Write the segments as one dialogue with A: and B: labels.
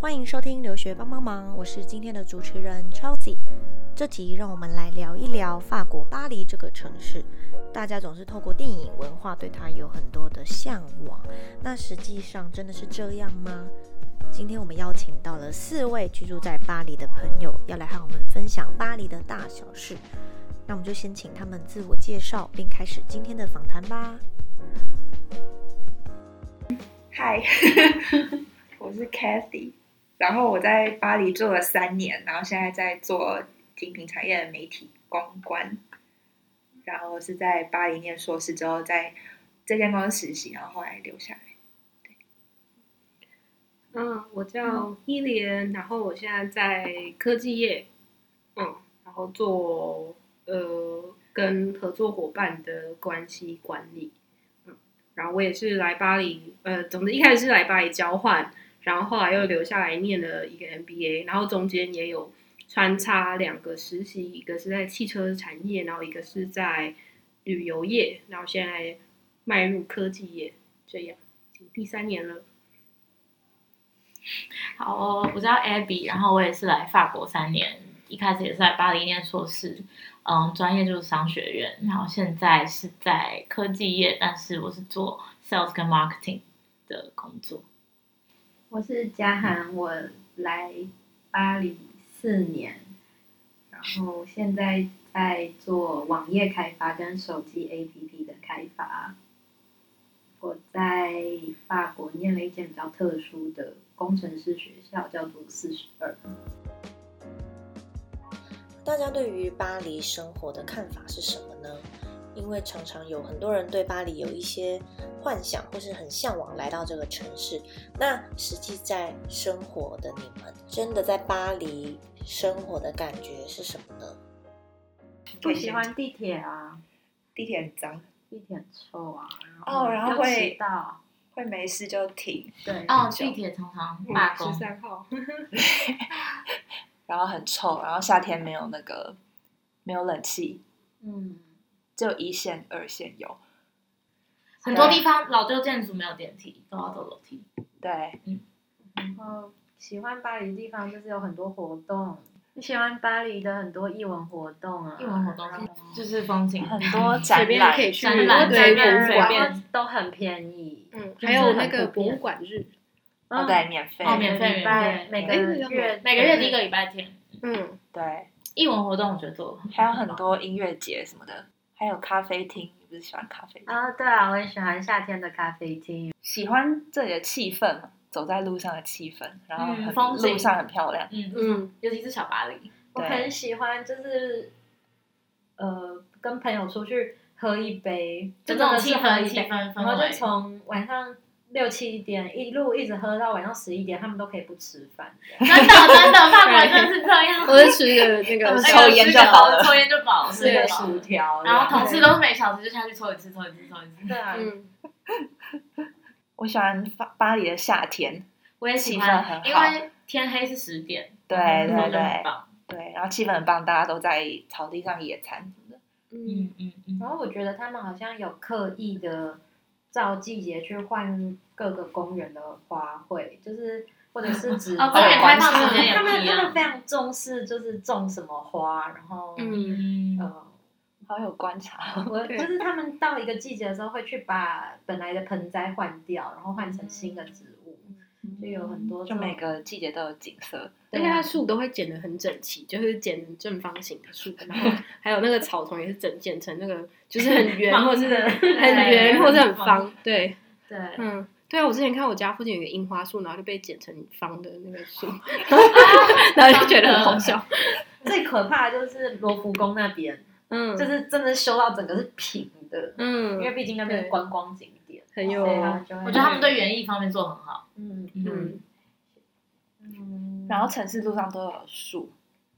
A: 欢迎收听《留学帮帮忙》，我是今天的主持人超级。这集让我们来聊一聊法国巴黎这个城市。大家总是透过电影文化对它有很多的向往，那实际上真的是这样吗？今天我们邀请到了四位居住在巴黎的朋友，要来和我们分享巴黎的大小事。那我们就先请他们自我介绍，并开始今天的访谈吧。
B: 嗨， 我是 Cathy，然后我在巴黎做了三年，然后现在在做精品产业的媒体公关，然后是在巴黎念硕士之后，在这间公司实习，然后后来留下来。
C: 嗯，我叫伊莲，然后我现在在科技业，嗯，然后做呃跟合作伙伴的关系管理，嗯，然后我也是来巴黎，呃，总之一开始是来巴黎交换，然后后来又留下来念了一个 MBA，然后中间也有穿插两个实习，一个是在汽车产业，然后一个是在旅游业，然后现在迈入科技业，这样已经第三年了。
D: 好哦，我叫 Abby，然后我也是来法国三年，一开始也是在巴黎念硕士，嗯，专业就是商学院，然后现在是在科技业，但是我是做 sales 跟 marketing 的工作。
E: 我是嘉涵，我来巴黎四年，然后现在在做网页开发跟手机 APP 的开发。我在法国念了一间比较特殊的工程师学校，叫做四十二。
A: 大家对于巴黎生活的看法是什么呢？因为常常有很多人对巴黎有一些幻想，或是很向往来到这个城市。那实际在生活的你们，真的在巴黎生活的感觉是什么呢？
E: 不喜欢地铁啊，
B: 地铁很脏，
E: 地铁很臭啊，
B: 哦然后
E: 又
B: 会
E: 迟到，
B: 会没事就停，
E: 对，
D: 哦，地铁常常罢工
C: 十，三号，
B: 然后很臭，然后夏天没有那个没有冷气，
E: 嗯，
B: 只有一线、二线有。
D: 很多地方老旧建筑没有电梯，都要走楼梯。
B: 对，
E: 然后喜欢巴黎的地方就是有很多活动，你喜欢巴黎的很多艺文活动啊，
D: 艺嗯文活动
E: 然后
D: 就是风景，
B: 很多
C: 随
B: 展
C: 便可
B: 览，
C: 以去
D: 展览
C: 对
D: 随便
C: 博物
D: 随
C: 馆，
D: 便
E: 都很便宜，
C: 嗯，
E: 就是
C: 还有
E: 很
C: 那个
E: 普
C: 博
E: 遍
C: 物馆日，
B: 哦
E: 嗯
B: 对，免费，
D: 哦免费
E: 每个礼拜
D: 免
E: 每
C: 费
E: 个
C: 哎那
E: 月
D: 每个月第一个礼拜天，
C: 嗯，
B: 对，
D: 艺文活动我觉得做得
B: 还有很多音乐节什么的，还有咖啡厅，你不是喜欢咖啡厅？
E: 啊，对啊，我也喜欢夏天的咖啡厅，
B: 喜欢这里的气氛嘛，走在路上的气氛，然后
D: 嗯
B: 很、
D: 风景
B: 路上很漂亮。
D: 嗯
C: 嗯，
D: 尤其是小巴黎，
E: 我
B: 对
E: 很喜欢，就是呃，跟朋友出去喝一杯，
D: 就这
E: 真
D: 种
E: 的
D: 气
E: 是喝
D: 氛、
E: 一
D: 气
E: 杯，
D: 氛
E: 然后
D: 氛
E: 就
D: 围。
E: 从晚上六七点一路一直喝到晚上十一点，他们都可以不吃饭。 这样
D: 真的真的，法国人真的是这样。
C: 我是吃的
B: 他
C: 那个
B: 们
D: 那
B: 抽
D: 个
B: 烟
D: 吃
B: 就
D: 个
B: 好了
D: 抽烟就饱了，
E: 吃
D: 吃
E: 个
D: 个
E: 薯条，
D: 然后同事都是每小时就下去抽一次，抽一次，抽一次。
E: 对啊，
C: 嗯，
B: 我喜欢巴巴黎的夏天，
D: 我也喜
B: 气氛很
D: 欢，
B: 好
D: 因为天黑是十点，
B: 对
D: 那时候
B: 对
D: 就嗯很
B: 对
D: 棒。
B: 对，然后气氛很棒，大家都在草地上野餐什么的。
C: 嗯，
D: 嗯嗯嗯
E: 然后我觉得他们好像有刻意的照季节去换各个公园的花卉，就是或者是植
D: 哦
E: 被
D: 公园
B: 开
D: 放时间也
E: 他
D: 不
E: 们
D: 一
E: 他
D: 样
E: 们非常重视，就是种什么花，然后
C: 嗯，
D: 嗯，
E: 呃，
B: 好有观察，哦
E: 我
C: 对
E: 就是他们到一个季节的时候会去把本来的盆栽换掉，然后换成新的植物，就有很多
B: 就
E: 这种
B: 每个季节都有景色。
C: 而
E: 对
C: 且它
E: 啊
C: 的树都会剪得很整齐，就是剪正方形的树，然后还有那个草丛也是整剪成那个，就是很圆或
E: 房
C: 是
E: 子
C: 很圆或是很方，对，
E: 对，
C: 嗯。对啊，我之前看我家附近有一个樱花树，然后就被剪成方的那个树， 然后就觉得很好笑。
E: 最可怕的就是罗浮宫那边，
C: 嗯，
E: 就是真的修到整个是平的，因为
C: 嗯，
E: 毕竟那边是
C: 对
E: 观光景点，
C: 很有哦
E: 所以他啊们就会
D: 我觉得他们对园艺方面做得很好。
E: 嗯
D: 嗯
C: 嗯
E: 嗯，
B: 然后城市路上都有树，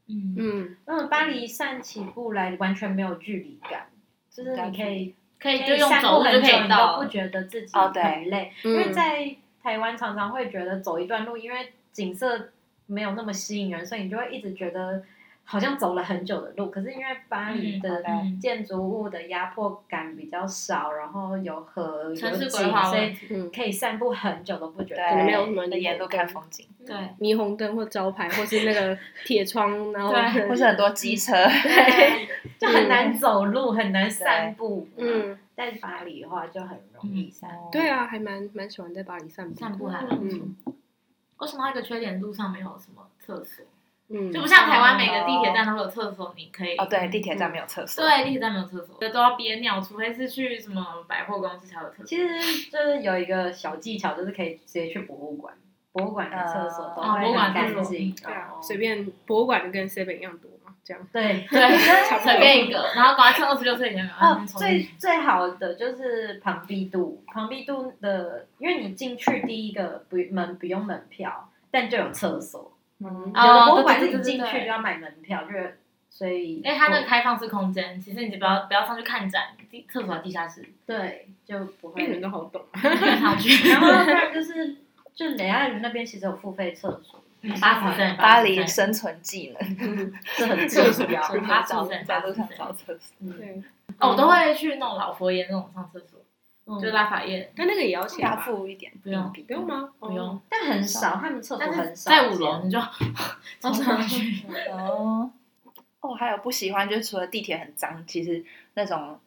D: 嗯，
C: 嗯，
E: 嗯，巴黎散起步来完全没有距离感，就是你可以
D: 可以
E: 可
D: 就
E: 以
D: 用
E: 散
D: 走路
E: 步
D: 就
E: 很
D: 可
E: 久，
D: 以
E: 你都
D: 到嗯
E: 不。觉得自己
B: 哦对
E: 很累，
C: 因
E: 因为在台湾常常会觉得走一段路，因为景色没有那么吸引人，所以你就会一直觉得好像走了很久的路，可是因为巴黎
D: 嗯
E: 的
D: 嗯
E: 建筑物的压迫感比较少，然后有河有
D: 城市
E: 景，
D: 规划
E: 所以
D: 问题，
F: 嗯，
E: 可以散步很久都不觉得
B: 对，
F: 能
E: 累
F: 没有什么
B: 那
F: 理
B: 沿
F: 由
B: 路看风景，
D: 对
F: 霓虹灯或招牌，或是那个铁窗，然后
D: 对
C: 嗯
F: 很
B: 或是很多机车，
E: 对，就很
D: 嗯
E: 难走路，很难散步。
F: 嗯，
E: 在巴黎的话就很容
D: 嗯
E: 易散步。
F: 对啊，还蛮蛮喜欢在巴黎散步的，
D: 散步还蛮不错。
C: 嗯
D: 我想到一个缺点，路上没有什么厕所，
F: 嗯，
D: 就不像台湾每个地铁站都会有厕所，你可以
B: 哦，对，地铁站没有厕所，
D: 对，地铁站没有厕所，都要憋尿，除非是去什么百货公司才有厕所。
E: 其实就是有一个小技巧，就是可以直接去博物馆，博物馆的厕所都
D: 哦博
E: 会
D: 物馆
E: 很
D: 厕所
E: 干净。
C: 对啊
E: 然，后
C: 随便博物馆就跟 seven 一样多嘛，这样。
E: 对。
D: 对，随便一个，然后赶快趁二十六岁以前赶快
E: 哦
D: 先，冲进
E: 最
D: 去。
E: 最好的就是庞毕度，庞毕度的，因为你进去第一个不门不用门票，但就有厕所。
B: 嗯
D: 哦
E: 有的博物馆
D: 对对
E: 是
D: 对
E: 你
D: 对
E: 进去
D: 对
E: 就要买门票，就是所以
D: 因为它那个开放式空间，其实你就不要不要上去看展，地厕所在地 下室，
E: 对就不
C: 哎，
D: 嗯
C: 你们
E: 会。
C: 都好懂啊。
D: 上去。
E: 然后不然就是就雷亚云那边其实有付费厕所，
D: 八十岁，
B: 巴黎生存技能，
E: 这很重要。
D: 八十岁，
B: 在
D: 八
B: 路
D: 十
B: 上
D: 岁。
B: 找厕所，
E: 嗯
C: 对，
D: 哦，我都会去那种老佛爷那种上厕所，
E: 嗯
D: 就拉法叶，
C: 但那个也要钱
B: 要
C: 吧？
B: 付一点
D: 不用
C: 不用吗？哦
D: 不用，
E: 但很少，他们厕所
D: 但是
E: 很少
D: 在五
E: 见。
D: 楼你就 冲上去。
B: 哦。哦，还有不喜欢就是除了地铁很脏，其实那种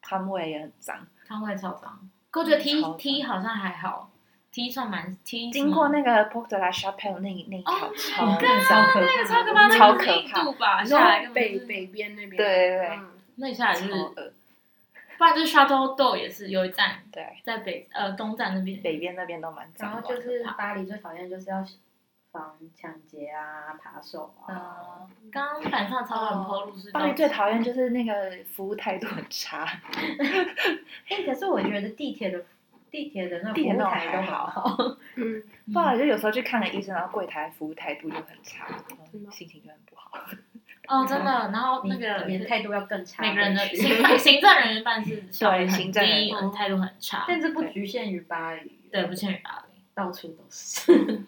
B: 摊位也很脏。
D: 摊位超脏。可我觉得 T
B: 超脏
D: T 好像还好，T 算蛮 T
B: 经过那个 Porte de la Chapelle 那一那一条
D: Oh my
B: 超
E: 嗯超可怕，
D: 超
B: 超可
D: 可怕，那
B: 怕
D: 个是印度
C: 下
D: 吧，下来
C: 来
D: 根
C: 北
D: 本就是
C: 北边那边。
B: 对对对
C: 嗯
D: 那你下来就
B: 超
D: 是，
B: 恶，
D: 不然就是 Shadow d o 也是有一站
B: 对，
D: 在北呃东站那边，
B: 北边那边都蛮
E: 然
B: 脏
E: 后
B: 的。
D: 嗯
E: 就是巴黎最讨厌就是要防抢劫啊、扒手啊。
B: 嗯，
D: 刚刚板上超人坡路是
B: 巴哦黎最讨厌就是那个服务态度很差，
E: 哎、可是我觉得地铁的地铁的那
B: 地
E: 服
B: 铁
E: 务
B: 那种
E: 台
B: 还
E: 都很好，
C: 嗯，
D: 嗯
B: 不然就有时候去看了医生，然后柜台服务态度就很差，
D: 嗯
B: 嗯
C: 真的
B: 心情就很不好。
D: 哦真的，
B: 嗯
D: 然后 那个
E: 你的态度要更差。
D: 每个人的 行办行政人员办 事效率
B: 对
D: 很
B: 行政人
D: 低，
B: 员
D: 嗯态度很差，
E: 但这不局限于巴黎，
D: 对不欠于啊巴黎。
E: 到处都是。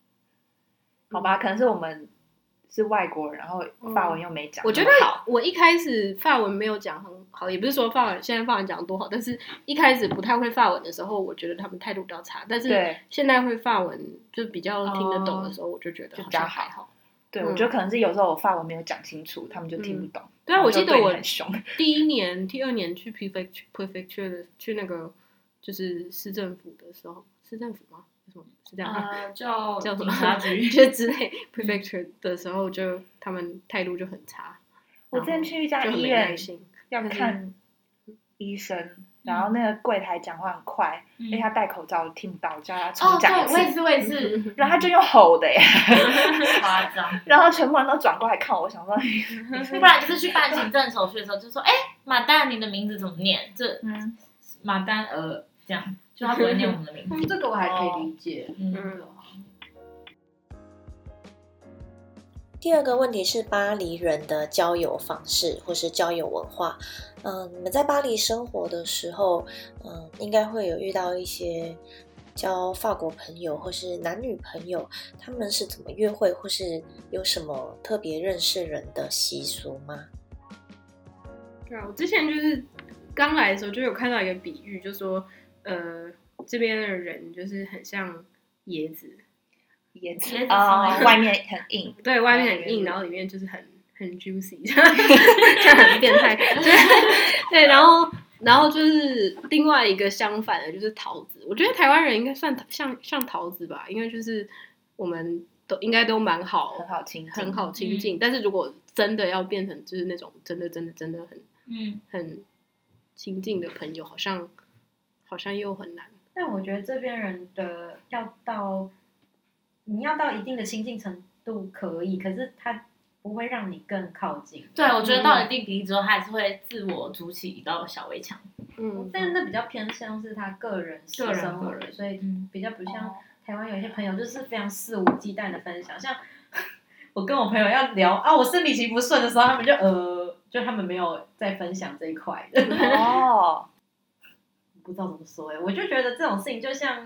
B: 好吧，可能是我们是外国人，然后法文又没讲那么好，
C: 我觉得我一开始法文没有讲很好，也不是说法文现在法文讲得多好，但是一开始不太会法文的时候，我觉得他们态度比较差。但是
B: 对
C: 现在会法文就比较听得懂的时候，我就觉得
B: 就
C: 好
B: 比较
C: 像
B: 好
C: 还好。
B: 对，
C: 嗯
B: 我觉得可能是有时候我法文没有讲清楚，他们就听不懂。
C: 对啊，我记
B: 就
C: 得
B: 你
C: 我
B: 很凶，
C: 第一年、第二年去 prefect prefecture 的去那个就是市政府的时候，市政府吗？什么是这样啊？
D: 呃，就
C: 叫什
D: 警
C: 么
D: 察局
C: 就之类 prefecture 的时候就，他们态度就很差，
B: 我之前去一家
C: 就很
B: 医
C: 没
B: 院
C: 耐心。嗯
B: 要看医生，然后那个柜台讲话很快，因
C: 嗯
B: 为他戴口罩我听不到，我叫他重
D: 哦，
B: 讲一
D: 嗯对，
B: 次，
D: 我也是，我也 是，
B: 然后他就用吼的耶，
D: 夸张。
B: 然后全部人都转过来看我，我想说，
D: 不然就是去办行政手续的时候，就说：“哎、马丹，你的名字怎么念？”这
B: 嗯，
D: 马丹呃，这样就他不会念我们的名字。
E: 嗯，这个我还可以理解。
D: 嗯，
C: 嗯，
A: 第二个问题是巴黎人的交友方式或是交友文化。嗯，你们在巴黎生活的时候，嗯，应该会有遇到一些交法国朋友或是男女朋友，他们是怎么约会，或是有什么特别认识人的习俗吗？
C: 对啊，我之前就是刚来的时候就有看到一个比喻，就说呃这边的人就是很像椰子，
B: 椰
D: 椰
C: 嗯
B: 子
D: 子
B: 啊，
D: 超
B: 外面很硬，
C: 对外面很
B: 嗯
C: 硬，然后里面就是很很 juicy，这样这样很变 态。对对，然后然后就是另外一个相反的，就是桃子。我觉得台湾人应该算像像桃子吧，因为就是我们都应该都蛮好，
B: 很好亲近，
C: 很好亲近。但是如果真的要变成就是那种真的真的真的很
D: 嗯，
C: 很亲近的朋友，好像好像又很难。
E: 但我觉得这边人的要到，你要到一定的亲近程度可以，可是他不会让你更靠近。
D: 对，我觉得到了一定比例之后，他还是会自我筑起一道小围墙。
C: 嗯，
E: 但是那比较偏向是他个人私
D: 个人
E: 生活
D: 个人
E: 所以
D: 嗯，
E: 比较不像
B: 哦
E: 台湾有一些朋友就是非常肆无忌惮的分享，像 我跟我朋友要聊啊，我生理期不顺的时候，他们就呃，就他们没有在分享这一块的，
B: 哦，
E: 不知道怎么说哎、我就觉得这种事情就像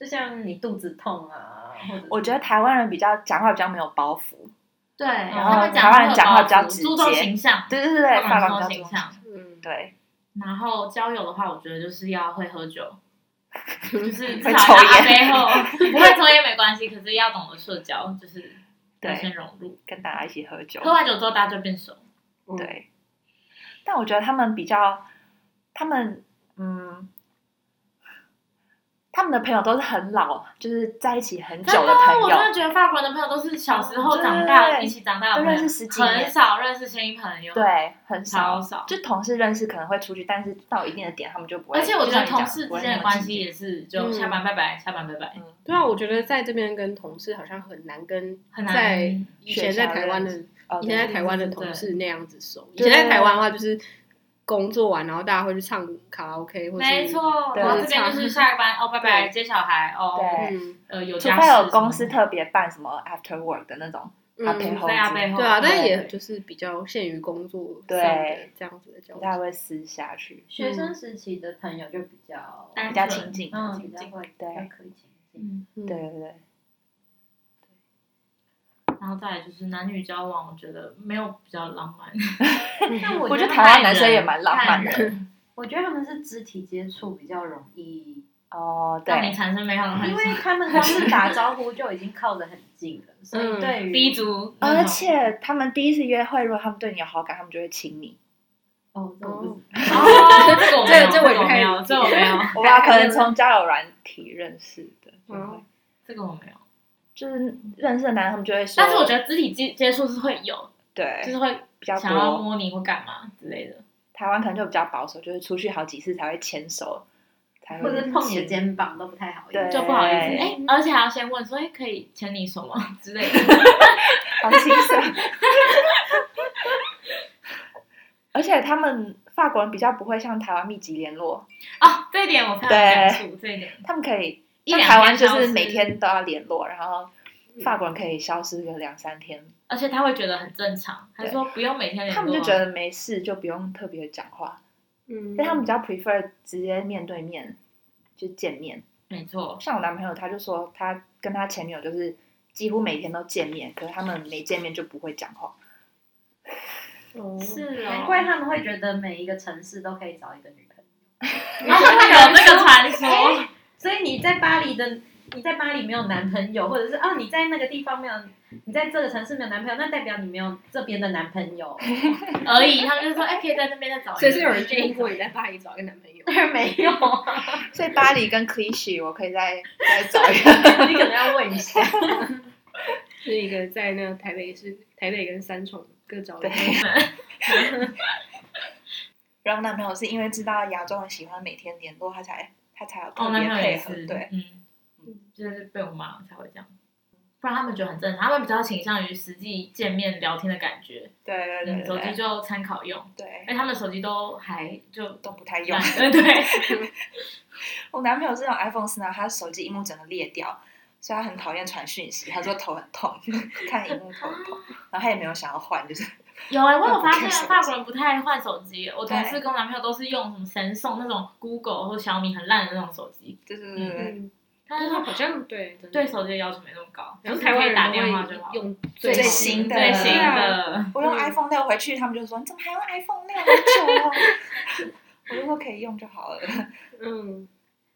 E: 就像你肚子痛啊，或者是
B: 我觉得台湾人比较讲话比较没有包袱，
D: 对，
B: 然
D: 嗯他
B: 后
D: 们
B: 台湾人
D: 很有
B: 讲话比
D: 包
B: 较
D: 袱
B: 直
D: 注重
B: 接
D: 形象，
B: 对对对对，
D: 他
B: 发
D: 们
B: 廊
D: 很
B: 比
D: 注
B: 较重
D: 重形
B: 视
D: 象。
C: 嗯，
B: 对，
D: 然后交友的话，我觉得就是要会喝 酒，就是
B: 会
D: 至少要
B: 抽
D: 阿
B: 烟
D: 杯后不会抽烟没关系，可是要懂得社交，就是要
B: 对
D: 先融入。
B: 跟大家一起喝酒，
D: 喝完酒之后大家就变熟，
C: 嗯，
B: 对。但我觉得他们比较，他们嗯，他们的朋友都是很老，就是在一起很久
D: 真的，哦
B: 朋
D: 我
B: 友
D: 真，的觉得法国人的朋友都是小时候长大
B: 对
D: 一起长大的
B: 都
D: 朋友，
B: 认识十几
D: 很
B: 年
D: 少认识新朋友，，
B: 对，很
D: 超
B: 少。
D: 少。
B: 就同事认识可能会出去，但是到一定的点他们就不会。
D: 而且我
B: 就像
D: 觉得
B: 你
D: 同
B: 讲
D: 事
B: 不会
D: 之间
B: 那
D: 的
B: 么
D: 关
B: 亲
D: 系
B: 近
D: 也是，就
C: 嗯
D: 下班拜拜，下班拜拜，
B: 嗯
C: 对啊，我觉得在这边跟同事好像很难跟
D: 很难
C: 在以前在台湾
B: 学
C: 的
B: 哦
C: 以前在
B: 对
C: 台湾的同事那样子熟。以
B: 对
C: 前在台湾的话，就是工作完然后大家会去唱卡拉 OK，或是
D: 没，错。
B: 对
D: 然后这边就是下个班哦，拜拜，接小孩哦，
B: 对
C: 嗯
D: 呃，有
B: 除
D: 家
B: 非
D: 事
B: 有
D: 什么
B: 公司
D: 的
B: 特别办什么 after work 的那种阿
C: 嗯，
B: 陪
D: 除
B: 后
D: 非阿背后
C: 对啊，但
B: 对
C: 也就是比较限于工作上的
B: 对
C: 这样子的交
B: 不太
C: 流。
B: 会私下去，
E: 学生时期的朋友就比较，
D: 单
B: 比较
D: 纯
B: 亲近，
E: 嗯，
B: 比较
E: 比较
B: 亲近
E: 会，比
B: 对
E: 较可以亲近。
D: 嗯，
C: 嗯
B: 对， 对对，
D: 然后再来就是男女交往，我觉得没有比较浪漫。
C: 嗯
E: 但
B: 我
E: 我
B: 觉
E: 觉
B: 得
E: 得
B: 台
E: 他，
B: 湾男生也蛮浪漫的
D: 看人，
E: 我觉得他们是肢体接触比较容易，
B: 哦，
D: 让你
B: 对，
D: 产生美好的
B: 嗯
D: 幻
E: 因为
D: 想。
E: 他们光是打招呼就已经靠得很近了，所
B: 嗯
E: 以对于
D: 低足，
B: 而且他们第一次约会，如果他们对你有好感，他们就会亲你。
E: 哦，这我不知 道
D: 哦，这个我没有，
C: 这
D: 这
C: 这我
D: 个我
C: 也不太理解
D: 没有，这个我没有，
B: 我吧，可能从交友软体认识的，就会
C: 嗯
D: 这个我 没有。
B: 就是认识的男人，他们就会说，
D: 但是我觉得肢体接接触是会有，就
B: 对
D: 是会
B: 比较
D: 想要
B: 多，
D: 摸你或干嘛之类的。
B: 台湾可能就比较保守，就是出去好几次才会牵手，才
E: 或
B: 会
E: 者碰你的
B: 亲
E: 肩膀都不太好意
B: 对
E: 思，
D: 就不好意思，哎、而且还要先问说，哎、可以牵你手吗 之类 的。
B: 好心酸。 而且他们法国人比较不会像台湾密集联络，
D: 哦，这一点我非常有感触，这一点
B: 他们可以
D: 一
B: 像
D: 两
B: 台湾就
D: 消失
B: 是每，天都要联络，然后法国人可以消失个两三天，
D: 而且他会觉得很正常，他
B: 对
D: 说不用每天联络啊，
B: 他们就觉得没事，就不用特别讲话，
C: 嗯，
B: 但他们比较 prefer 直接面对面就见面。
D: 没错，
B: 像我男朋友他就说，他跟他前女友就是几乎每天都见面，可是他们没见面就不会讲话。
C: 哦
D: 是哦，
E: 难怪他们会觉得每一个城市都可以找一个女朋友。
D: 然后会有这个传说，
E: 哎所以你在巴黎的，你在巴黎没有男朋友，或者是哦你在那个地方没有，你在这个城市没有男朋友，那代表你没有这边的男朋友。
D: 而已。他们就说，哎、可以在那边再找 一个。
C: 所以是有人建议过你在巴黎找一个男朋友。
E: 当然没有，
B: 所以巴黎跟 Clichy 我可以再再 找一个。
E: 你可能要问 一下。
C: 是一个在那个台北是台北跟三重各找了一个
B: 对 然后我男朋友是因为知道亚洲人喜欢每天联络，他才他才有
D: 哦，
B: 特
D: 男
B: 别
D: 朋友
B: 配
D: 也
B: 合。
D: 是，
B: 对，
D: 嗯，就是被我妈才会这样，不然他们觉得很正常，他们比较倾向于实际见面聊天的感觉，
B: 对对对
D: 嗯，手机
B: 对
D: 就参考用，
B: 对，
D: 哎，他们手机都还就
B: 都不太用
D: 懒。得， 对，
B: 我男朋友是那种 iPhone 四呢，他手机荧幕整个裂掉，所以他很讨厌传讯息。他说头很痛， 看荧幕头很痛，然后他也没有想要换，就是
D: 有哎、我
B: 都
D: 有
B: 不
D: 发
B: 看
D: 现
B: 手
D: 法
B: 机
D: 国人不太换手机，我同
B: 对
D: 事跟我男朋友都是用什么神送那种 Google 或小米很烂的那种手机，
B: 对对对对，
C: 嗯，
D: 他
C: 但
D: 就是说
C: 好像对真的
D: 对手机的要求没那么高，
C: 然
D: 就
C: 后
D: 是
C: 台
D: 可
C: 湾
D: 以
C: 人
D: 打
C: 都
D: 电话就
C: 会
D: 好，
C: 用
B: 最
C: 好的
B: 新的
D: 最新
C: 对啊
D: 的，
B: 我用
C: 嗯
B: iPhone 六回去，他们就说你怎么还用 iPhone 六？好久哦。我就说可以用就好了。
C: 嗯，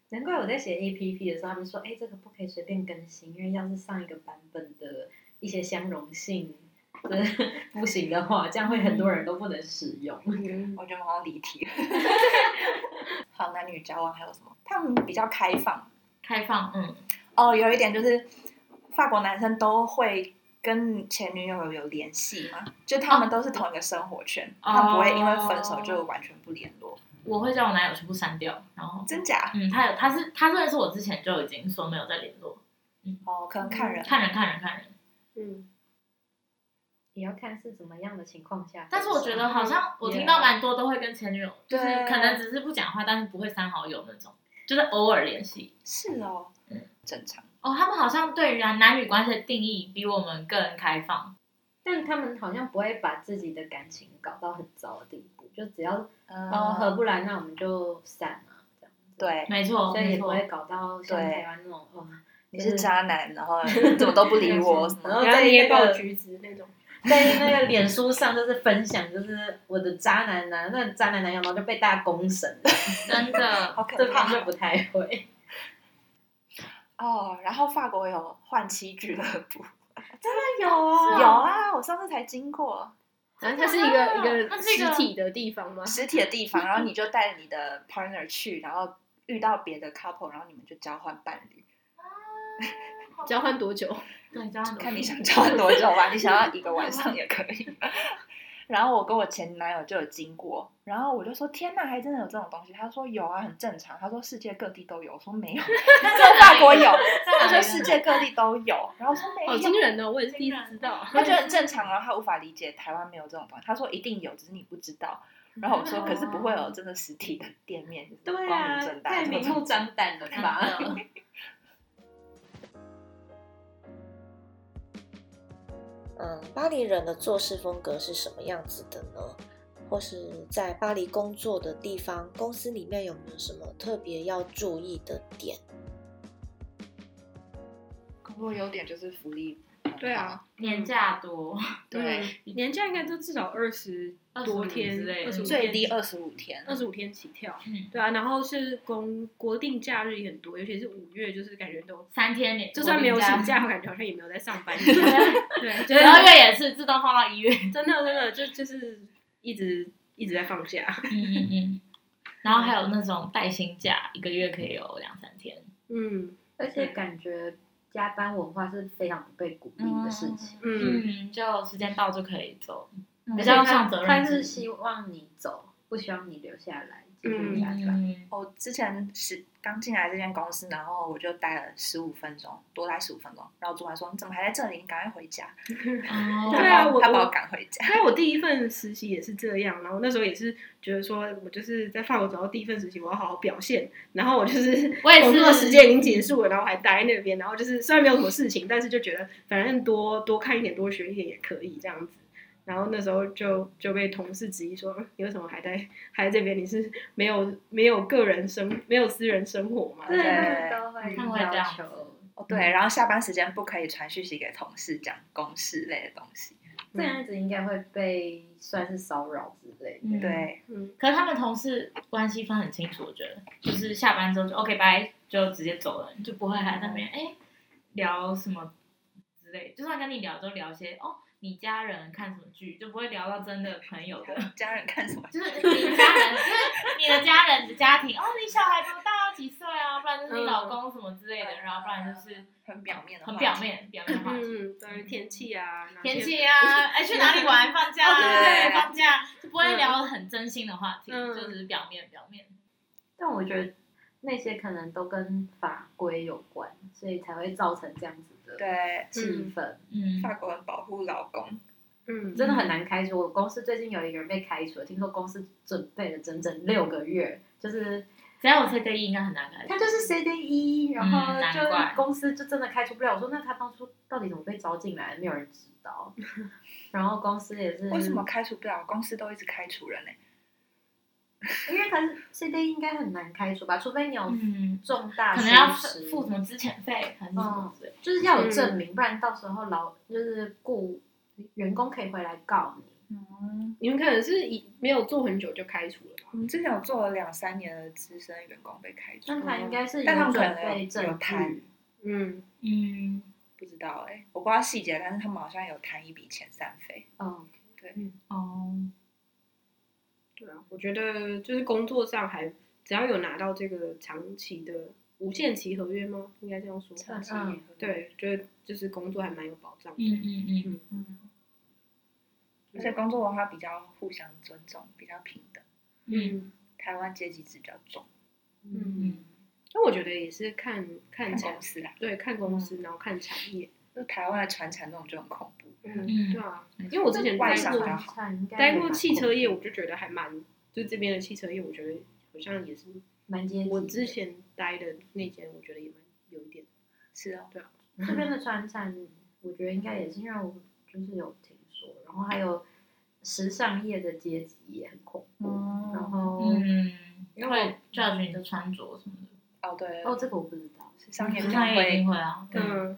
E: 难怪我在写 A P P 的时候，他们说，哎、这个不可以随便更新，因为要是上一个版本的一些相容性呃不行的 话，这样会很多人都不能使用。
C: 嗯
B: 我觉得我好像离题了。 好，男女交往还有什么？他们比较开放。
D: 开放，嗯，
B: 哦，有一点就是法国男生都会跟前女友有联系嘛，就他
E: 哦
B: 们都是同一个生活圈，他们不会因为分手就完全不联络，
D: 我会叫我男友全部删掉，然后。
B: 真假？
D: 嗯，他有，他是他认识我之前就已经说没有再联络，
B: 哦，可能看人。
D: 看人看人看人。
C: 嗯，
E: 也要看是怎么样的情况下。
D: 但是我觉得好像我听到蛮多都会跟前女友，就是可能只是不讲话，但是不会删好友那种，就是偶尔联系。
B: 是哦
D: 嗯，
B: 正常。
D: 哦，他们好像对于男女关系的定义比我们更开放，
E: 但他们好像不会把自己的感情搞到很糟的地步，就只要哦合
B: 嗯，
E: 不来，那我们就散啊，这样。
B: 对，
D: 没错，
E: 所
D: 哦
E: 以
D: 没
E: 也不
D: 错。
E: 会搞到像
B: 对
E: 台湾那种哦，
B: 你是渣男，然后怎么都不理我什么
E: 然后
B: 的。
C: 然后
E: 在
C: 捏
E: 那
C: 爆
E: 个
C: 橘子那种，
E: 在那个脸书上就是分享，就是我的渣男男，那渣男男友，然后就被大家公审，
D: 真 的
B: 好可
E: 对
B: 怕
E: 方就不太会。
B: 哦。然后法国有换妻俱乐部，
E: 有啊
B: 有啊，我上次才经过
C: 然后它是一个
D: 啊
C: 一
D: 它
C: 个
D: 是一个
C: 实体的地方吗？
B: 实体的地方，然后你就带你的 partner 去，然后遇到别的 couple，然后你们就交换伴侣，
C: 交换多久？
D: 对，这样
B: 看你想交换多久吧，你想要一个晚上也可以。 然后我跟我前男友就有经过，然后我就说：“天哪，还真的有这种东西？”他说：“有啊，很正常。”他说：“世界各地都有。”我说：“没有，但在法国有。”他说：“世界各地都有。”然后我说：“没有。
C: 好惊人哦！我也是第一次
D: 惊人
C: 知道。
B: 他觉得很正常啊，他无法理解台湾没有这种东西。他说一定有，只是你不知道。然后我说，可是不会有
C: 嗯
B: 真的实体的店面，就是
E: 对
B: 光
E: 啊
B: 明正，大
E: 太
B: 这
E: 明
B: 种
E: 目张胆了吧？
A: 嗯，巴黎人的做事风格是什么样子的呢？或是在巴黎工作的地方，公司里面有没有什么特别要注意的点？
B: 工作优点就是福利。
C: 对，啊，
D: 年假多，
B: 对，
C: 嗯，年假应该都至少二十多
D: 25
C: 天
D: 之类的
C: 25
B: 最低二十五天，
C: 嗯二十五天起跳。
D: 嗯
C: 对啊，然后是公国定假日也很多，尤其是五月，就是感觉都
D: 三天年，
C: 就算没有
D: 国
C: 请
D: 定假，
C: 假，我感觉好像也没有在上 班一样。对，就是
D: 十二月也是自动放到一月。
C: 真的真的就就是一直一直在放假。
D: 嗯嗯嗯。然后还有那种带薪假，一个月可以有两三天。
C: 嗯
E: 而且感觉加班文化是非常不被鼓励的事情，
C: 嗯，
D: 嗯，就时间到就可以走，
E: 嗯
D: 比较像责任制
E: 他是希望你走，不希望你留下来继续加班。
D: 嗯，
B: 我之前是刚进来这间公司，然后我就待了十五分钟，多待十五分钟。然后主管说：“你怎么还在这里？你赶快回家。
D: 哦
B: 他
C: 对
B: 把
C: 啊
B: 我”
C: 我
B: 他把
C: 我
B: 我赶回家。
C: 因为我第一份实习也是这样，然后那时候也是觉得说，我就是在法国找到第一份实习，我要好好表现。然后我就是
D: 我也是
C: 工作时间已经结束了，然后我还待在那边，然后就是虽然没有什么事情，但是就觉得反正多多看一点，多学一点也可以这样子。然后那时候就就被同事质疑说，嗯你为什么还在还在这边？你是没有没有个人生没有私人生活吗？
E: 对，
B: 对
E: 他们都会
D: 他们会这
E: 要
D: 样
E: 求，
B: 哦，对，然后下班时间不可以传讯息给同事讲公事类的东西。
E: 这样子应该会被算是骚扰之类的。
D: 嗯
B: 对，
C: 嗯，
D: 可是他们同事关系分很清楚，我觉得就是下班之后就 OK 拜，就直接走了，就不会还在那边哎聊什么之类。就算跟你聊，都聊些哦，你家人看什么剧，就不会聊到真的朋友的。
B: 家人看什么？
D: 就是你的家人，就是你的家人的家庭哦，你小孩多大啊？几岁啊？不然就是你老公什么之类的，然后不然就是
B: 很表面的，
D: 很表。面，表面化。
C: 嗯，当然天气啊，然后
D: 天气啊，哎，去哪里玩？放假啊，
B: 嗯
C: 哦
B: 对
D: 对，放假就不会聊很真心的话题，
C: 嗯
D: 就只是表面表面。
E: 但我觉得那些可能都跟法规有关，所以才会造成这样子的
B: 对，
E: 气氛，
D: 嗯，
B: 法国人保护老公，
C: 嗯，
E: 真的很难开除。我公司最近有一个人被开除了，听说公司准备了整整六个月，就是
D: 只要我猜对一，应该很难开
E: 他就是 CDE，然后
D: 嗯难
E: 就
D: 怪
E: 公司就真的开除不了。我说那他当初到底怎么被招进来，没有人知 道。然后公司也是
B: 为什么？开除不了？公司都一直开除人呢、
E: 因为可是 CDE 应该很难开除吧，除非你有
D: 嗯，
E: 重大
D: 可能要
E: 损
D: 付
E: 失
D: 付什么资遣费还是什么之类的。
E: 就是要有
D: 嗯
E: 证明，不然到时候劳就是雇员工可以回来告你。
B: 嗯，
C: 你们可能是以没有做很久就开除了吧？
B: 我们之前有做了两三年的资深员工被开除
E: 那，他应该是
B: 哦但他
E: 有
B: 们可
E: 准
B: 能
E: 备
B: 有有
E: 证
B: 谈
E: 据，，
C: 嗯，
D: 嗯，
B: 不知道哎、我不知道细节，但是他们好像有谈一笔遣散费。
E: 嗯，
D: 哦，
C: 对啊，我觉得就是工作上还只要有拿到这个长期的无限期合约吗？应该这样说。
E: 长期
B: 嗯，
C: 对，觉得就是工作还蛮有保障的。
D: 嗯嗯嗯。
B: 嗯，而且工作文化比较互相尊重，比较平等，
C: 嗯
B: 台湾阶级制比较重，
C: 嗯，那我觉得也是看看
B: 看
C: 产
B: 公，司啦，
C: 对，看公司，然后看产业。
B: 就台湾的传产那种就很恐怖。
C: 嗯，
D: 嗯
C: 对啊，因为我之前
B: 外
C: 待
B: 商
C: 过
B: 还好
E: 好
C: 待过汽车业，我就觉得还蛮，就这边的汽车业，我觉得好像也是
E: 蛮接
C: 我
E: 近
C: 之前待的那间，我觉得也蛮有一点。
B: 是哦，
E: 这边的川产，我觉得应该也是因为我就是有听说，然后还有时尚业的阶级也很恐怖，
B: 嗯
E: 然后、
D: 哦嗯，
E: 因为
D: 因
E: 我
D: 为 judge 你的穿着什么的，
B: 哦对，
E: 哦这个我不知道，
B: 是商业
D: 他
B: 上
D: 嗯也一定
B: 会，
D: 会啊。
B: 嗯但
C: 嗯，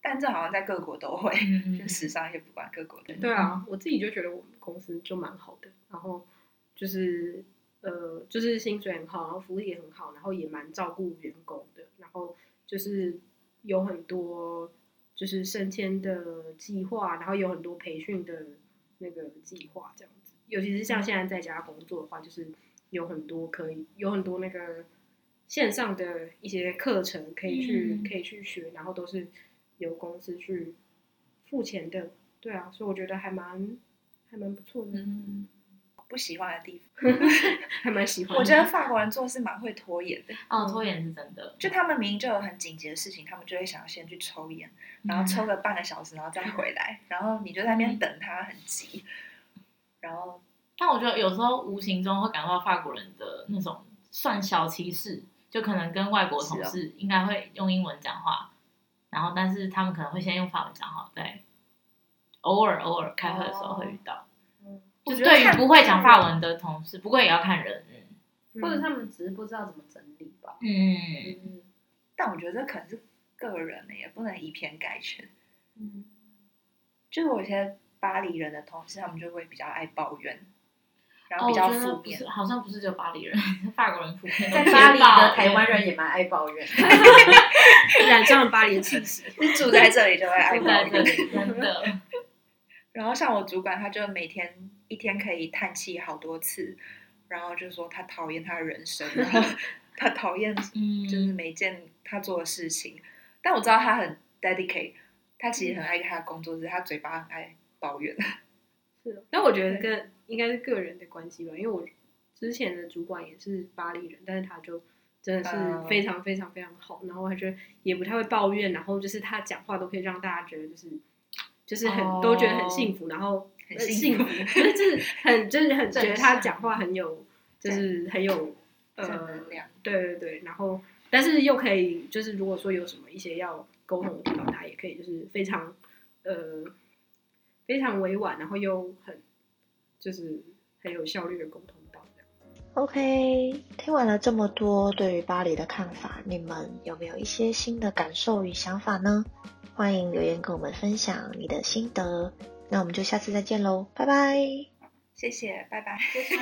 B: 但这好像在各国都会，
D: 嗯嗯
B: 就时尚也不管各国的。
C: 对啊，我自己就觉得我们公司就蛮好的，然后就是呃，就是薪水很好，然后福利也很好，然后也蛮照顾员工的，然后就是有很多就是升迁的计划，然后有很多培训的那个计划这样子。尤其是像现在在家工作的话，就是有很多可以有很多那个线上的一些课程可以去、
D: 嗯
C: 可以去学，然后都是由公司去付钱的。对啊，所以我觉得还蛮还蛮不错的，
D: 嗯，
B: 不喜欢的地方，
C: 还蛮喜欢的。
B: 我觉得法国人做事蛮会拖延的，
D: 哦，拖延是真的，
B: 就他们明明就有很紧急的事情，他们就会想要先去抽烟，然后抽个半个小时，然后再回来，
D: 嗯
B: 然后你就在那边等他，很急。然后
D: 但我觉得有时候无形中会感到法国人的那种算小歧视，就可能跟外国同事应该会用英文讲话，然后但是他们可能会先用法文讲话，对，偶尔偶尔开会的时候会遇到。就
B: 我
D: 是
B: 觉得
D: 对于
B: 看
D: 不会讲法文的同事，不过也要看人，
E: 或者他们只是不知道怎么整理吧。
D: 嗯，
E: 嗯
B: 但我觉得这可能是个人的，也不能以偏概全。
E: 嗯，
B: 就是我一些巴黎人的同事，他们就会比较爱抱怨，然
D: 哦，
B: 后
D: 我
B: 比较
D: 觉得
B: 负
D: 不
B: 面。
D: 是，好像不是只有巴黎人，法国人普遍都
E: 在
D: 是
E: 巴黎
D: 抱
E: 的
D: 怨
E: 台湾人也蛮爱抱怨的，
D: 嗯
C: 染上了巴黎的气息，
B: 你住在这里就会爱
D: 住
B: 抱
D: 在这
B: 怨。
D: 里，真的，
B: 然后像我主管，他就每天一天可以叹气好多次，然后就说他讨厌他的人生，然 后他讨厌
D: 嗯，
B: 就是每件他做的事情。但我知道他很 dedicate，他其实很爱他的工作，只是他嘴巴很爱抱怨。
C: 是哦，但我觉得跟应该是个人的关系吧，因为我之前的主管也是巴黎人，但是他就真的
B: 嗯
C: 是非常非常非常好，然后他觉得也不太会抱怨，然后就是他讲话都可以让大家觉得就是就是很、
D: 哦
C: 都觉得很幸福，然后
B: 很
C: 呃
B: 幸福
C: 就是就是很就是很
E: 正
C: 觉得他讲话很有就是很有
B: 正
C: 呃
B: 能量，
C: 对对对，然后但是又可以，就是如果说有什么一些要沟通的地方，他也可以就是非常呃非常委婉，然后又很就是很有效率的沟通到这样。
A: OK，听完了这么多对于巴黎的看法，你们有没有一些新的感受与想法呢？欢迎留言跟我们分享你的心得。那我们就下次再见喽，拜拜。
B: 谢谢，拜拜。
E: 就是